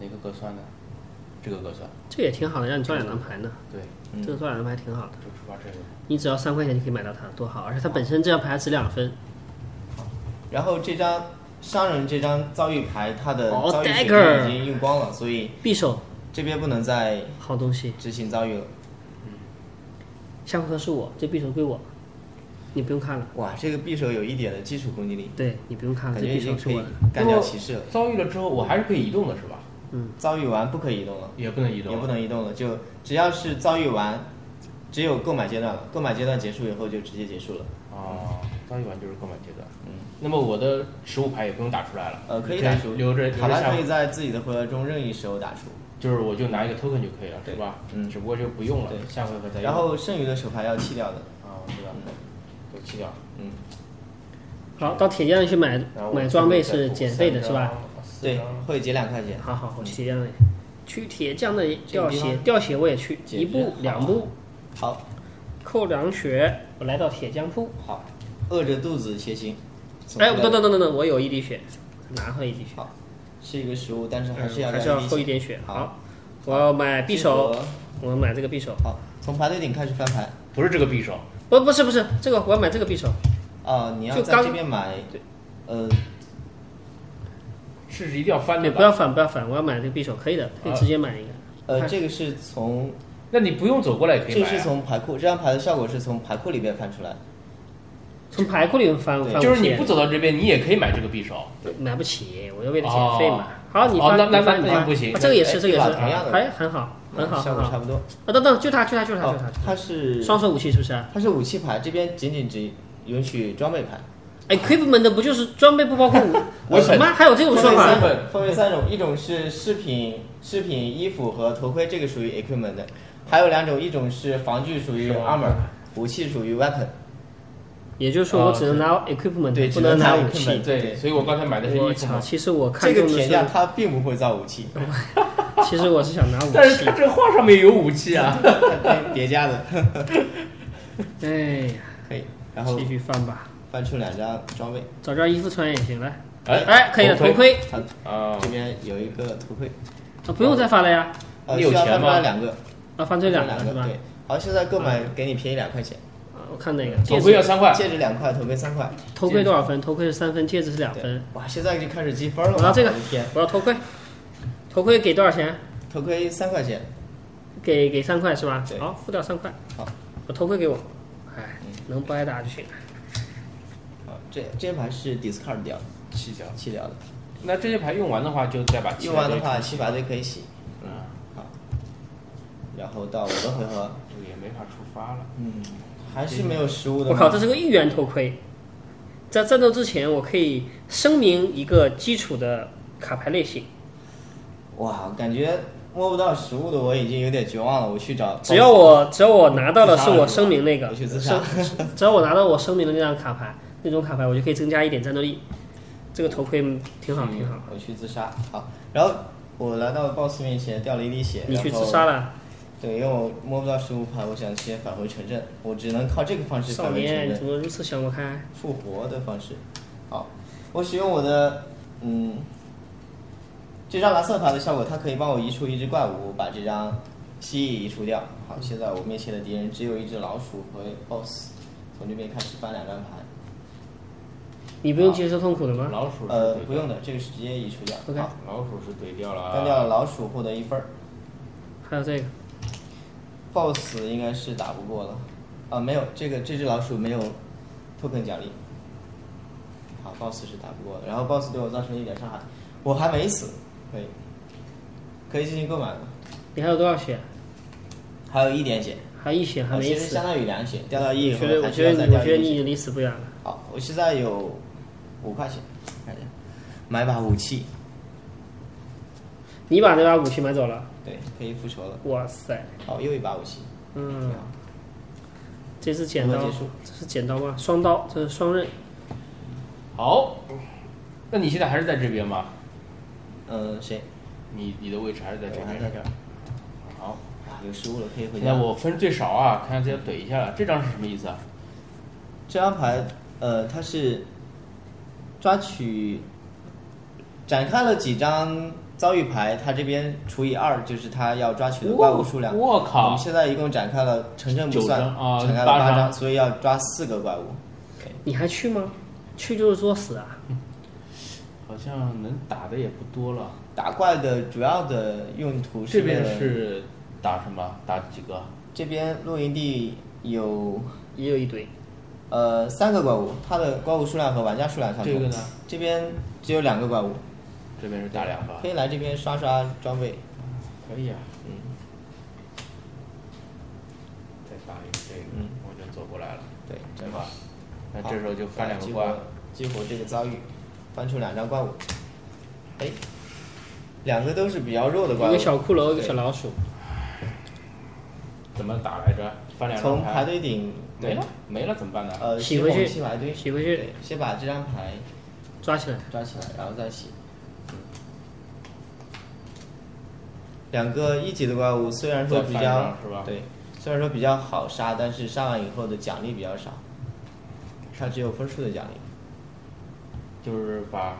Speaker 3: 哪个隔算呢？这个隔算。
Speaker 1: 这也挺好的，让你抓两张牌呢，
Speaker 3: 对，
Speaker 2: 嗯
Speaker 1: 这个抓两张牌挺好的，
Speaker 3: 就触发这个。
Speaker 1: 你只要三块钱就可以买到它，多好！而且它本身这张牌值两分，
Speaker 2: 然后这张商人这张遭遇牌，它的
Speaker 1: 哦
Speaker 2: 遭遇水
Speaker 1: dagger
Speaker 2: 平已经用光了，所以
Speaker 1: 匕首
Speaker 2: 这边不能再
Speaker 1: 好东西，
Speaker 2: 执行遭遇了。
Speaker 1: 下回合是我，这匕首归我，你不用看了，
Speaker 2: 哇，这个匕首有一点的基础攻击力，
Speaker 1: 对你不用看了，
Speaker 2: 感
Speaker 1: 这
Speaker 2: 觉已
Speaker 1: 匕
Speaker 2: 经
Speaker 1: 首
Speaker 2: 可
Speaker 1: 是
Speaker 2: 以
Speaker 1: 我的。
Speaker 2: 干掉骑士了。
Speaker 3: 遭遇了之后，我还是可以移动的，是吧？
Speaker 2: 遭遇完不可以移动了，
Speaker 3: 也不能移动。
Speaker 2: 也不。能移动了，就只要是遭遇完，只有购买阶段了。购买阶段结束以后就直接结束了。
Speaker 3: 哦，遭遇完就是购买阶段。
Speaker 2: 嗯。
Speaker 3: 那么我的食物牌也不用打出来了。
Speaker 2: 呃，可以
Speaker 3: 这样
Speaker 2: 打出，
Speaker 3: 留着留
Speaker 2: 卡
Speaker 3: 着
Speaker 2: 拉
Speaker 3: 下
Speaker 2: 可以在自己的回合中任意时候打出。
Speaker 3: 就是我就拿一个 token 就可以了，是吧？
Speaker 2: 嗯
Speaker 3: 只不过就不用了，
Speaker 2: 对
Speaker 3: 下回合再用。
Speaker 2: 然后剩余的手牌要弃掉的。
Speaker 3: 啊，我知道，都弃掉。
Speaker 2: 嗯，
Speaker 1: 好，到铁匠去买
Speaker 3: 然后我
Speaker 1: 买装备
Speaker 3: 这
Speaker 1: 是
Speaker 3: 边再补
Speaker 1: 减费的
Speaker 3: 三
Speaker 1: 是吧？
Speaker 3: 张？四
Speaker 2: 对
Speaker 3: 张，
Speaker 2: 会减两块钱。
Speaker 1: 好好，我去铁匠那里，去铁匠那里
Speaker 2: 这
Speaker 1: 吊
Speaker 2: 个地
Speaker 1: 鞋，
Speaker 2: 方
Speaker 1: 吊鞋我也去，
Speaker 2: 解
Speaker 1: 一
Speaker 2: 决
Speaker 1: 步
Speaker 2: 好
Speaker 1: 两步，
Speaker 2: 好，
Speaker 1: 扣凉血，我来到铁匠铺。
Speaker 2: 好，饿着肚子前行。
Speaker 1: 哎，等等等等等，我有一滴血，拿上一滴血，
Speaker 2: 好是一个食物，但是
Speaker 1: 嗯
Speaker 2: 还是要
Speaker 1: 还是
Speaker 2: 让
Speaker 1: 要
Speaker 2: 你
Speaker 1: 扣一
Speaker 2: 起
Speaker 1: 点血。
Speaker 2: 好
Speaker 1: 好，我要买匕首
Speaker 2: 结，合
Speaker 1: 我要买这个匕首。
Speaker 2: 好，从排队顶开始翻牌。
Speaker 3: 不是这个匕首，
Speaker 1: 不，不是不是，这个我要买这个匕首。
Speaker 2: 啊，你要
Speaker 1: 就
Speaker 2: 在
Speaker 1: 刚
Speaker 2: 这边买，呃，
Speaker 3: 是一定要翻
Speaker 1: 对，
Speaker 3: 的
Speaker 1: 哎不要
Speaker 3: 吧？
Speaker 1: 反不要反，我要买这个匕首，可以的，可以
Speaker 3: 啊
Speaker 1: 直接买一个。
Speaker 2: 呃，
Speaker 1: 看
Speaker 2: 这个是从
Speaker 3: 那你不用走过来也可以
Speaker 2: 这
Speaker 3: 买、
Speaker 2: 个
Speaker 3: 啊。
Speaker 2: 是从牌库，这张牌的效果是从牌库里面翻出来。
Speaker 1: 从牌库里翻
Speaker 2: 对
Speaker 1: 翻，
Speaker 3: 就是你不走到这边，你也可以买这个匕首。
Speaker 1: 买不起，我要为了减费嘛。好，你
Speaker 3: 哦
Speaker 1: 翻，
Speaker 3: 那那
Speaker 1: 你翻，
Speaker 3: 那
Speaker 1: 你
Speaker 3: 就
Speaker 1: 翻
Speaker 3: 不行
Speaker 1: 啊这个也是，
Speaker 2: 哎
Speaker 1: 这个也
Speaker 2: 一把
Speaker 1: 是，
Speaker 2: 同样的嗯
Speaker 1: 哎，很好，很好，很
Speaker 2: 效果差
Speaker 1: 好。
Speaker 2: 不多。
Speaker 1: 啊，等等，就它，就它，就它，就
Speaker 2: 哦
Speaker 1: 它，就，
Speaker 2: 它
Speaker 1: 它。
Speaker 2: 是
Speaker 1: 双手武器是不啊是？
Speaker 2: 它是武器牌，这边仅仅只允许装备牌。
Speaker 1: equipment 的不就是装备不包括武？我什么还有这种说
Speaker 2: 分为
Speaker 1: 法
Speaker 2: 三
Speaker 1: 啊？
Speaker 2: 种，分为三种，一种是饰品、饰品、衣服和头盔，这个属于 equipment 的；还有两种，一种是防具，属于
Speaker 3: 是
Speaker 2: armor，武器属于 weapon。
Speaker 1: 也就是说，我只能拿 equipment，、
Speaker 2: 对
Speaker 1: 不
Speaker 2: 只
Speaker 1: 能
Speaker 2: 能
Speaker 1: 拿
Speaker 2: 拿
Speaker 1: 武
Speaker 2: equipment
Speaker 1: 器。
Speaker 3: 对，所以我刚才买的是
Speaker 1: 我
Speaker 3: 衣服
Speaker 1: 操！
Speaker 3: 嘛。
Speaker 1: 其实我看
Speaker 2: 这
Speaker 1: 中
Speaker 2: 个
Speaker 1: 的
Speaker 2: 铁
Speaker 1: 是，
Speaker 2: 匠他并不会造武器，
Speaker 1: 其实我是想拿武
Speaker 3: 但是
Speaker 1: 器
Speaker 3: 他。这画上面有武器啊。
Speaker 2: 他叠加的。
Speaker 1: 哎呀，
Speaker 2: 可以，然后
Speaker 1: 继续翻吧，
Speaker 2: 翻出两张装备，
Speaker 1: 找件衣服穿也行。来，
Speaker 3: 哎
Speaker 1: 哎，可以了，头盔
Speaker 2: 他
Speaker 3: 啊
Speaker 2: 这，边有一个头盔，
Speaker 1: 啊，不用再翻了呀，
Speaker 2: 呃，
Speaker 3: 你有
Speaker 2: 需要
Speaker 3: 钱
Speaker 2: 翻出
Speaker 3: 吗
Speaker 2: 来两个，
Speaker 1: 啊，翻这两
Speaker 2: 翻
Speaker 1: 个
Speaker 2: 出
Speaker 1: 是
Speaker 2: 来
Speaker 1: 吧嗯
Speaker 2: 两？对。好，现在购买给你便宜两块钱，
Speaker 1: 啊，我看哪个
Speaker 3: 头
Speaker 1: 戒
Speaker 3: 盔要
Speaker 1: 指？
Speaker 3: 三块。
Speaker 2: 戒指两块，头盔三块。
Speaker 1: 头盔多少分？头盔是三分，戒指是两
Speaker 2: 对
Speaker 1: 分。，
Speaker 2: 哇，现在就开始积分了。
Speaker 1: 我要这个
Speaker 2: 我的天，
Speaker 1: 我要头盔，头盔给多少钱？
Speaker 2: 头盔三块钱，
Speaker 1: 给给三块是吧
Speaker 2: 对？
Speaker 1: 好，付掉三块。
Speaker 2: 好，
Speaker 1: 把头盔给我。哎，能不挨打就行了。
Speaker 2: 啊，这这牌是 discard 掉的，
Speaker 3: 弃掉。
Speaker 2: 弃掉的。
Speaker 3: 那这些牌用完的话，就再把弃
Speaker 2: 用
Speaker 3: 掉
Speaker 2: 完的
Speaker 3: 这个
Speaker 2: 话，
Speaker 3: 重
Speaker 2: 洗
Speaker 3: 新
Speaker 2: 牌队可以洗。
Speaker 3: 啊，
Speaker 2: 然后到我的回合，
Speaker 3: 这个也没法触发了。
Speaker 2: 嗯，还是没有食物的。
Speaker 1: 我靠，这是个一元头盔。在战斗之前，我可以声明一个基础的卡牌类型。
Speaker 2: 哇，感觉摸不到实物的，我已经有点绝望了。我去找，
Speaker 1: 只要我只要我拿到的是我声明那个
Speaker 2: 我去自杀
Speaker 1: 声，只要我拿到我声明的那张卡牌，那种卡牌我就可以增加一点战斗力。这个头盔挺好，挺好。
Speaker 2: 我去自杀。好，然后我来到 BOSS 面前掉了一滴血，
Speaker 1: 你去
Speaker 2: 然
Speaker 1: 自
Speaker 2: 后
Speaker 1: 杀了，
Speaker 2: 对，因为我摸不到十五盘，我想先返回城镇，我只能靠这个方式
Speaker 1: 少
Speaker 2: 返回
Speaker 1: 年，
Speaker 2: 城
Speaker 1: 你
Speaker 2: 镇
Speaker 1: 怎，么如此想不开？
Speaker 2: 复活的方式。好，我使用我的嗯，这张蓝色牌的效果，它可以帮我移除一只怪物，把这张蜥蜴移除掉。好，现在我面前的敌人只有一只老鼠和 BOSS，从这边开始翻两张牌。
Speaker 1: 你不用接受痛苦的吗？
Speaker 3: 老鼠是
Speaker 2: 呃，
Speaker 3: 怼
Speaker 2: 不用的，这个是直接移除掉。
Speaker 1: OK
Speaker 2: 好，
Speaker 3: 老鼠是怼掉了啊，
Speaker 2: 干掉了老鼠，获得一分儿。
Speaker 1: 还有这个，
Speaker 2: BOSS 应该是打不过了，啊，没有，这个这只老鼠没有 token 奖励。好，BOSS 是打不过的，然后 BOSS 对我造成了一点伤害，我还没死，可以，可以进行购买了，
Speaker 1: 你还有多少血？啊
Speaker 2: 还有一点血，
Speaker 1: 还有一血还
Speaker 2: 啊
Speaker 1: 没
Speaker 2: 其实
Speaker 1: 死
Speaker 2: 相。当于两血，掉到一以
Speaker 1: 我
Speaker 2: 后
Speaker 1: 觉得，
Speaker 2: 还
Speaker 1: 我
Speaker 2: 需
Speaker 1: 觉
Speaker 2: 要
Speaker 1: 得
Speaker 2: 再
Speaker 1: 你，我
Speaker 2: 掉一
Speaker 1: 觉得
Speaker 2: 点
Speaker 1: 你已
Speaker 2: 血。
Speaker 1: 经离死不远了。
Speaker 2: 好，我现在有五块钱，看一下，买把武器，
Speaker 1: 你把那把武器买走了，
Speaker 2: 对，可以复仇了。
Speaker 1: 哇塞，
Speaker 2: 好，又一把武器，
Speaker 1: 嗯
Speaker 2: 挺，好
Speaker 1: 这是剪
Speaker 2: 如
Speaker 1: 刀
Speaker 2: 何结束，
Speaker 1: 这是剪刀吗？双刀，这是双刃。
Speaker 3: 好，那你现在还是在这边吗？
Speaker 2: 嗯，谁？
Speaker 3: 你你的位置还是在这
Speaker 2: 我还
Speaker 3: 边？
Speaker 2: 在这儿。
Speaker 3: 好，
Speaker 2: 啊，有失误了，可以回
Speaker 3: 现
Speaker 2: 家
Speaker 3: 在
Speaker 2: 了。
Speaker 3: 我分最少啊，看看这要怼一下了。这张是什么意思啊？
Speaker 2: 这张牌，呃，它是抓取展开了几张遭遇牌，它这边除以二就是它要抓取的怪物数量。
Speaker 3: 我我靠
Speaker 2: 我们现在一共展开了城镇不算，
Speaker 3: 九张啊
Speaker 2: 展开了
Speaker 3: 八
Speaker 2: 八
Speaker 3: 张
Speaker 2: 所以要抓四个怪物。
Speaker 1: 你还去吗？去就是作死啊！
Speaker 2: 嗯
Speaker 3: 好像能打的也不多了。
Speaker 2: 打怪的主要的用途
Speaker 3: 这
Speaker 2: 是为
Speaker 3: 边
Speaker 2: 了
Speaker 3: 是打什么？打几个？
Speaker 2: 这边露营地有
Speaker 1: 也有一堆，
Speaker 2: 呃三个怪物，它的怪物数量和玩家数量相同。
Speaker 3: 这个呢？
Speaker 2: 这边只有两个怪物，
Speaker 3: 这边是打两个
Speaker 2: 可。以来这边刷刷装备。
Speaker 3: 可以啊，嗯。再打一个这个，
Speaker 2: 嗯
Speaker 3: 我就走过来了，
Speaker 2: 对，
Speaker 3: 对吧？那这时候就翻两个
Speaker 2: 激
Speaker 3: 怪
Speaker 2: 活，激活这个遭遇，翻出两张怪物。哎，两个都是比较弱的
Speaker 1: 一
Speaker 2: 怪物
Speaker 1: 个。小骷髅，一个小老鼠。
Speaker 3: 怎么打来着？翻两
Speaker 2: 从
Speaker 3: 张
Speaker 2: 牌，堆顶
Speaker 3: 没了，没了怎么办呢？
Speaker 2: 呃，
Speaker 1: 洗回去
Speaker 2: 洗牌堆，
Speaker 1: 洗回去
Speaker 2: 对，先把这张牌
Speaker 1: 抓起来，
Speaker 2: 抓起来，然后再洗。两个一级的怪物虽然说比
Speaker 3: 再翻一
Speaker 2: 较
Speaker 3: 张是吧
Speaker 2: 对，虽然说比较好杀，但是杀完以后的奖励比较少，它只有分数的奖励。
Speaker 3: 就是把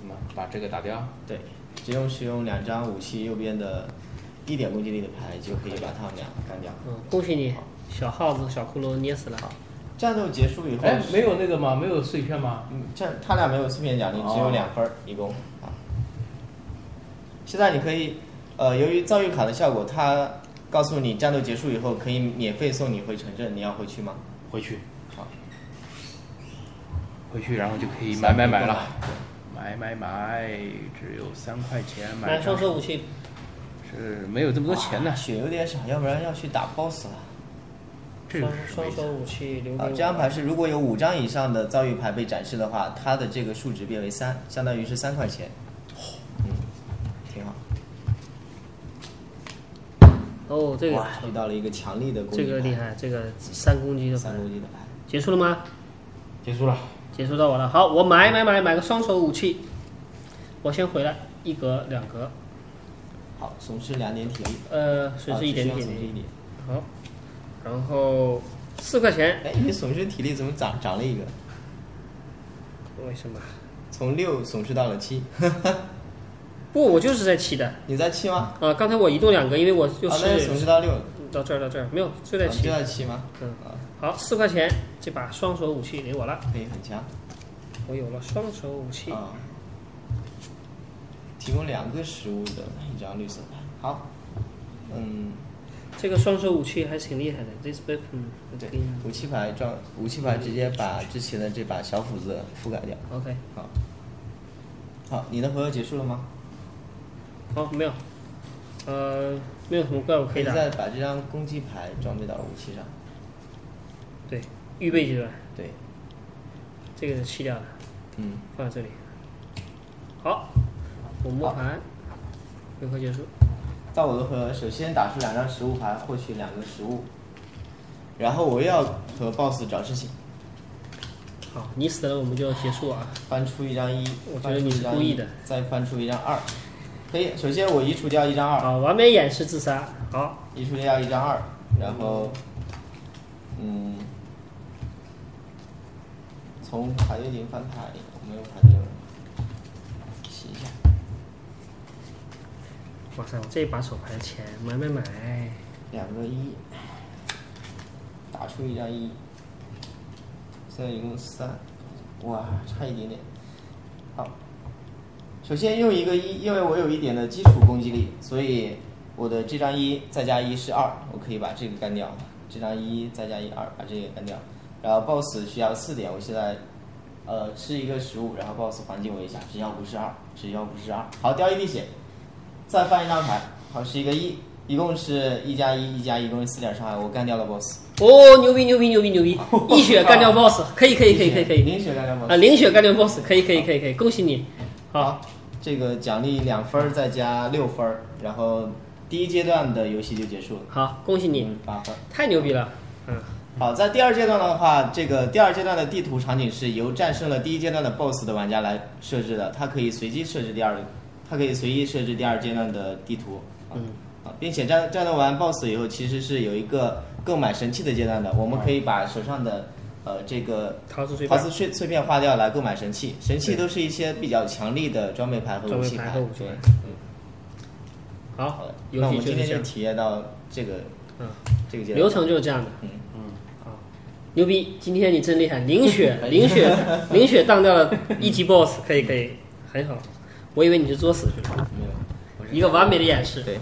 Speaker 3: 什么把这个打掉，
Speaker 2: 对，只用使用两张武器右边的一点攻击力的牌就可以把他们俩干掉。
Speaker 1: 嗯，恭喜你，小耗子、小骷髅捏死了。
Speaker 2: 战斗结束以后，
Speaker 3: 哎，没有那个吗？没有碎片吗？
Speaker 2: 嗯，这他俩没有四面奖励，只
Speaker 3: 哦
Speaker 2: 有两分儿，一共啊。现在你可以，呃，由于遭遇卡的效果，它告诉你战斗结束以后可以免费送你回城镇，你要回去吗？
Speaker 3: 回去，
Speaker 2: 好，
Speaker 3: 回去，然后就可以买买买了，
Speaker 2: 对。
Speaker 3: 买买买，只有三块钱买
Speaker 1: 买双
Speaker 3: 上
Speaker 1: 手武器，
Speaker 3: 是没有这么多钱呢
Speaker 2: 哇，血有点少，要不然要去打 BOSS 了。
Speaker 3: 这
Speaker 1: 双
Speaker 3: 个是什么
Speaker 1: 双
Speaker 3: 意
Speaker 1: 手
Speaker 3: 思？
Speaker 1: 武器
Speaker 3: 嗯
Speaker 1: 留给
Speaker 2: 啊，
Speaker 1: 我。
Speaker 2: 这张牌是如果有五张以上的遭遇牌被展示的话，它的这个数值变为三，相当于是三块钱。嗯，挺好。
Speaker 1: 哦，这个
Speaker 2: 哇，遇到了一个强力的攻击
Speaker 1: 这
Speaker 2: 牌，
Speaker 1: 个厉害，这个三公斤的
Speaker 2: 啊三
Speaker 1: 反
Speaker 2: 攻击的牌。
Speaker 1: 结束了吗？
Speaker 3: 结束了，
Speaker 1: 结束到我了。好，我买买买买个双手武器，我先回来一格两格，
Speaker 2: 好，损失两点体力，
Speaker 1: 呃，损
Speaker 2: 啊
Speaker 1: 失一
Speaker 2: 只
Speaker 1: 点
Speaker 2: 需要
Speaker 1: 点
Speaker 2: 损失一点。
Speaker 1: 好，然后四块钱，
Speaker 2: 哎，你损失体力怎么涨涨了一个？
Speaker 1: 为什么？
Speaker 2: 从六损失到了七，
Speaker 1: 不，我就是在七的
Speaker 2: 你在七吗？
Speaker 1: 啊。刚才我移动两格，因为我嗯就
Speaker 2: 啊，那就损
Speaker 1: 是
Speaker 2: 失到六了，
Speaker 1: 到这儿到这儿，没有就在
Speaker 2: 啊
Speaker 1: 七
Speaker 2: 就。在七吗？
Speaker 1: 嗯
Speaker 2: 啊，
Speaker 1: 好，四块钱，这把双手武器给我了，
Speaker 2: 可以很强
Speaker 1: 我有了双手武器。
Speaker 2: 啊。提供两个食物的一张绿色牌，好，嗯，
Speaker 1: 这个双手武器还挺厉害的，this weapon
Speaker 2: 对
Speaker 1: again，
Speaker 2: 武器牌装武器牌直接把之前的这把小斧子覆盖掉，
Speaker 1: OK，
Speaker 2: 好，好，你的回合结束了吗？
Speaker 1: 好，没有，呃，没有什么怪物可
Speaker 2: 可
Speaker 1: 以
Speaker 2: 以
Speaker 1: 打，
Speaker 2: 再把这张攻击牌装备到武器上，
Speaker 1: 对，预备阶段，
Speaker 2: 对，
Speaker 1: 这个是弃掉的，
Speaker 2: 嗯，
Speaker 1: 放在这里。好，我摸盘，回合结束。
Speaker 2: 造我的回合，首先打出两张食物牌，获取两个食物，然后我又要和 BOSS 找事情，
Speaker 1: 好，你死了我们就结束啊。
Speaker 2: 翻出一张一，
Speaker 1: 我觉
Speaker 2: 翻
Speaker 1: 得
Speaker 2: 出
Speaker 1: 你
Speaker 2: 一
Speaker 1: 是
Speaker 2: 张
Speaker 1: 故意
Speaker 2: 一
Speaker 1: 的，
Speaker 2: 再翻出一张二，可以。首先我移除掉一张二，
Speaker 1: 好，完美掩饰自杀。好，
Speaker 2: 移除掉一张二，然后，嗯，从牌堆零翻牌，我没有牌堆了，洗一下。
Speaker 1: 哇塞，我这一把手牌的钱买买买。
Speaker 2: 两个一，打出一张一，现在一共三，哇，差一点点。好，首先用一个一，因为我有一点的基础攻击力，所以我的这张一再加一是二，我可以把这个干掉。这张一再加一二，把这个干掉。然后 BOSS 需要四点，我现在呃吃一个食物，然后 BOSS 还击我一下，只要不是二，只要不是二。好，掉一滴血，再翻一张牌，好是一个一，一共是一加一，一加一，一共是四点伤害，我干掉了 BOSS。
Speaker 1: 哦，牛逼牛逼牛逼牛 逼！一血干掉 BOSS，可以可以可以可以可以。
Speaker 2: 零血干掉 BOSS。
Speaker 1: 啊，零血干掉 BOSS，可以可以可以可以，恭喜你。好，
Speaker 2: 好，这个奖励两分儿再加六分儿，然后第一阶段的游戏就结束了。
Speaker 1: 好，恭喜你，
Speaker 2: 嗯，八分儿。
Speaker 1: 太牛逼了。嗯，
Speaker 2: 好，在第二阶段的话，这个第二阶段的地图场景是由战胜了第一阶段的 BOSS 的玩家来设置的，他可以随机设置第二，他可以随意设置第二阶段的地图。
Speaker 1: 嗯，
Speaker 2: 啊，并且战战斗完 BOSS 以后，其实是有一个购买神器的阶段的，我们可以把手上的呃这个
Speaker 1: 陶瓷碎
Speaker 2: 陶
Speaker 1: 片
Speaker 2: 瓷碎碎片花掉来购买神器，神器都是一些比较强力的装备牌和
Speaker 1: 装
Speaker 2: 武
Speaker 1: 备
Speaker 2: 器
Speaker 1: 牌
Speaker 2: 牌。
Speaker 1: 和武器
Speaker 2: 对
Speaker 1: 牌
Speaker 2: 嗯，好
Speaker 1: 好
Speaker 2: 的，，
Speaker 1: 游
Speaker 2: 那我
Speaker 1: 戏
Speaker 2: 们
Speaker 1: 就是
Speaker 2: 今天
Speaker 1: 这
Speaker 2: 就
Speaker 1: 样。
Speaker 2: 体验到这个
Speaker 1: 嗯，
Speaker 2: 这个阶段
Speaker 1: 流程就是这样的。
Speaker 2: 嗯
Speaker 1: 牛逼！今天你真厉害，零血零 血零血当掉了一级 BOSS，可以可以，很好。我以为你是作死去了，
Speaker 2: 没有。
Speaker 1: 一个完美的演示。
Speaker 2: 对，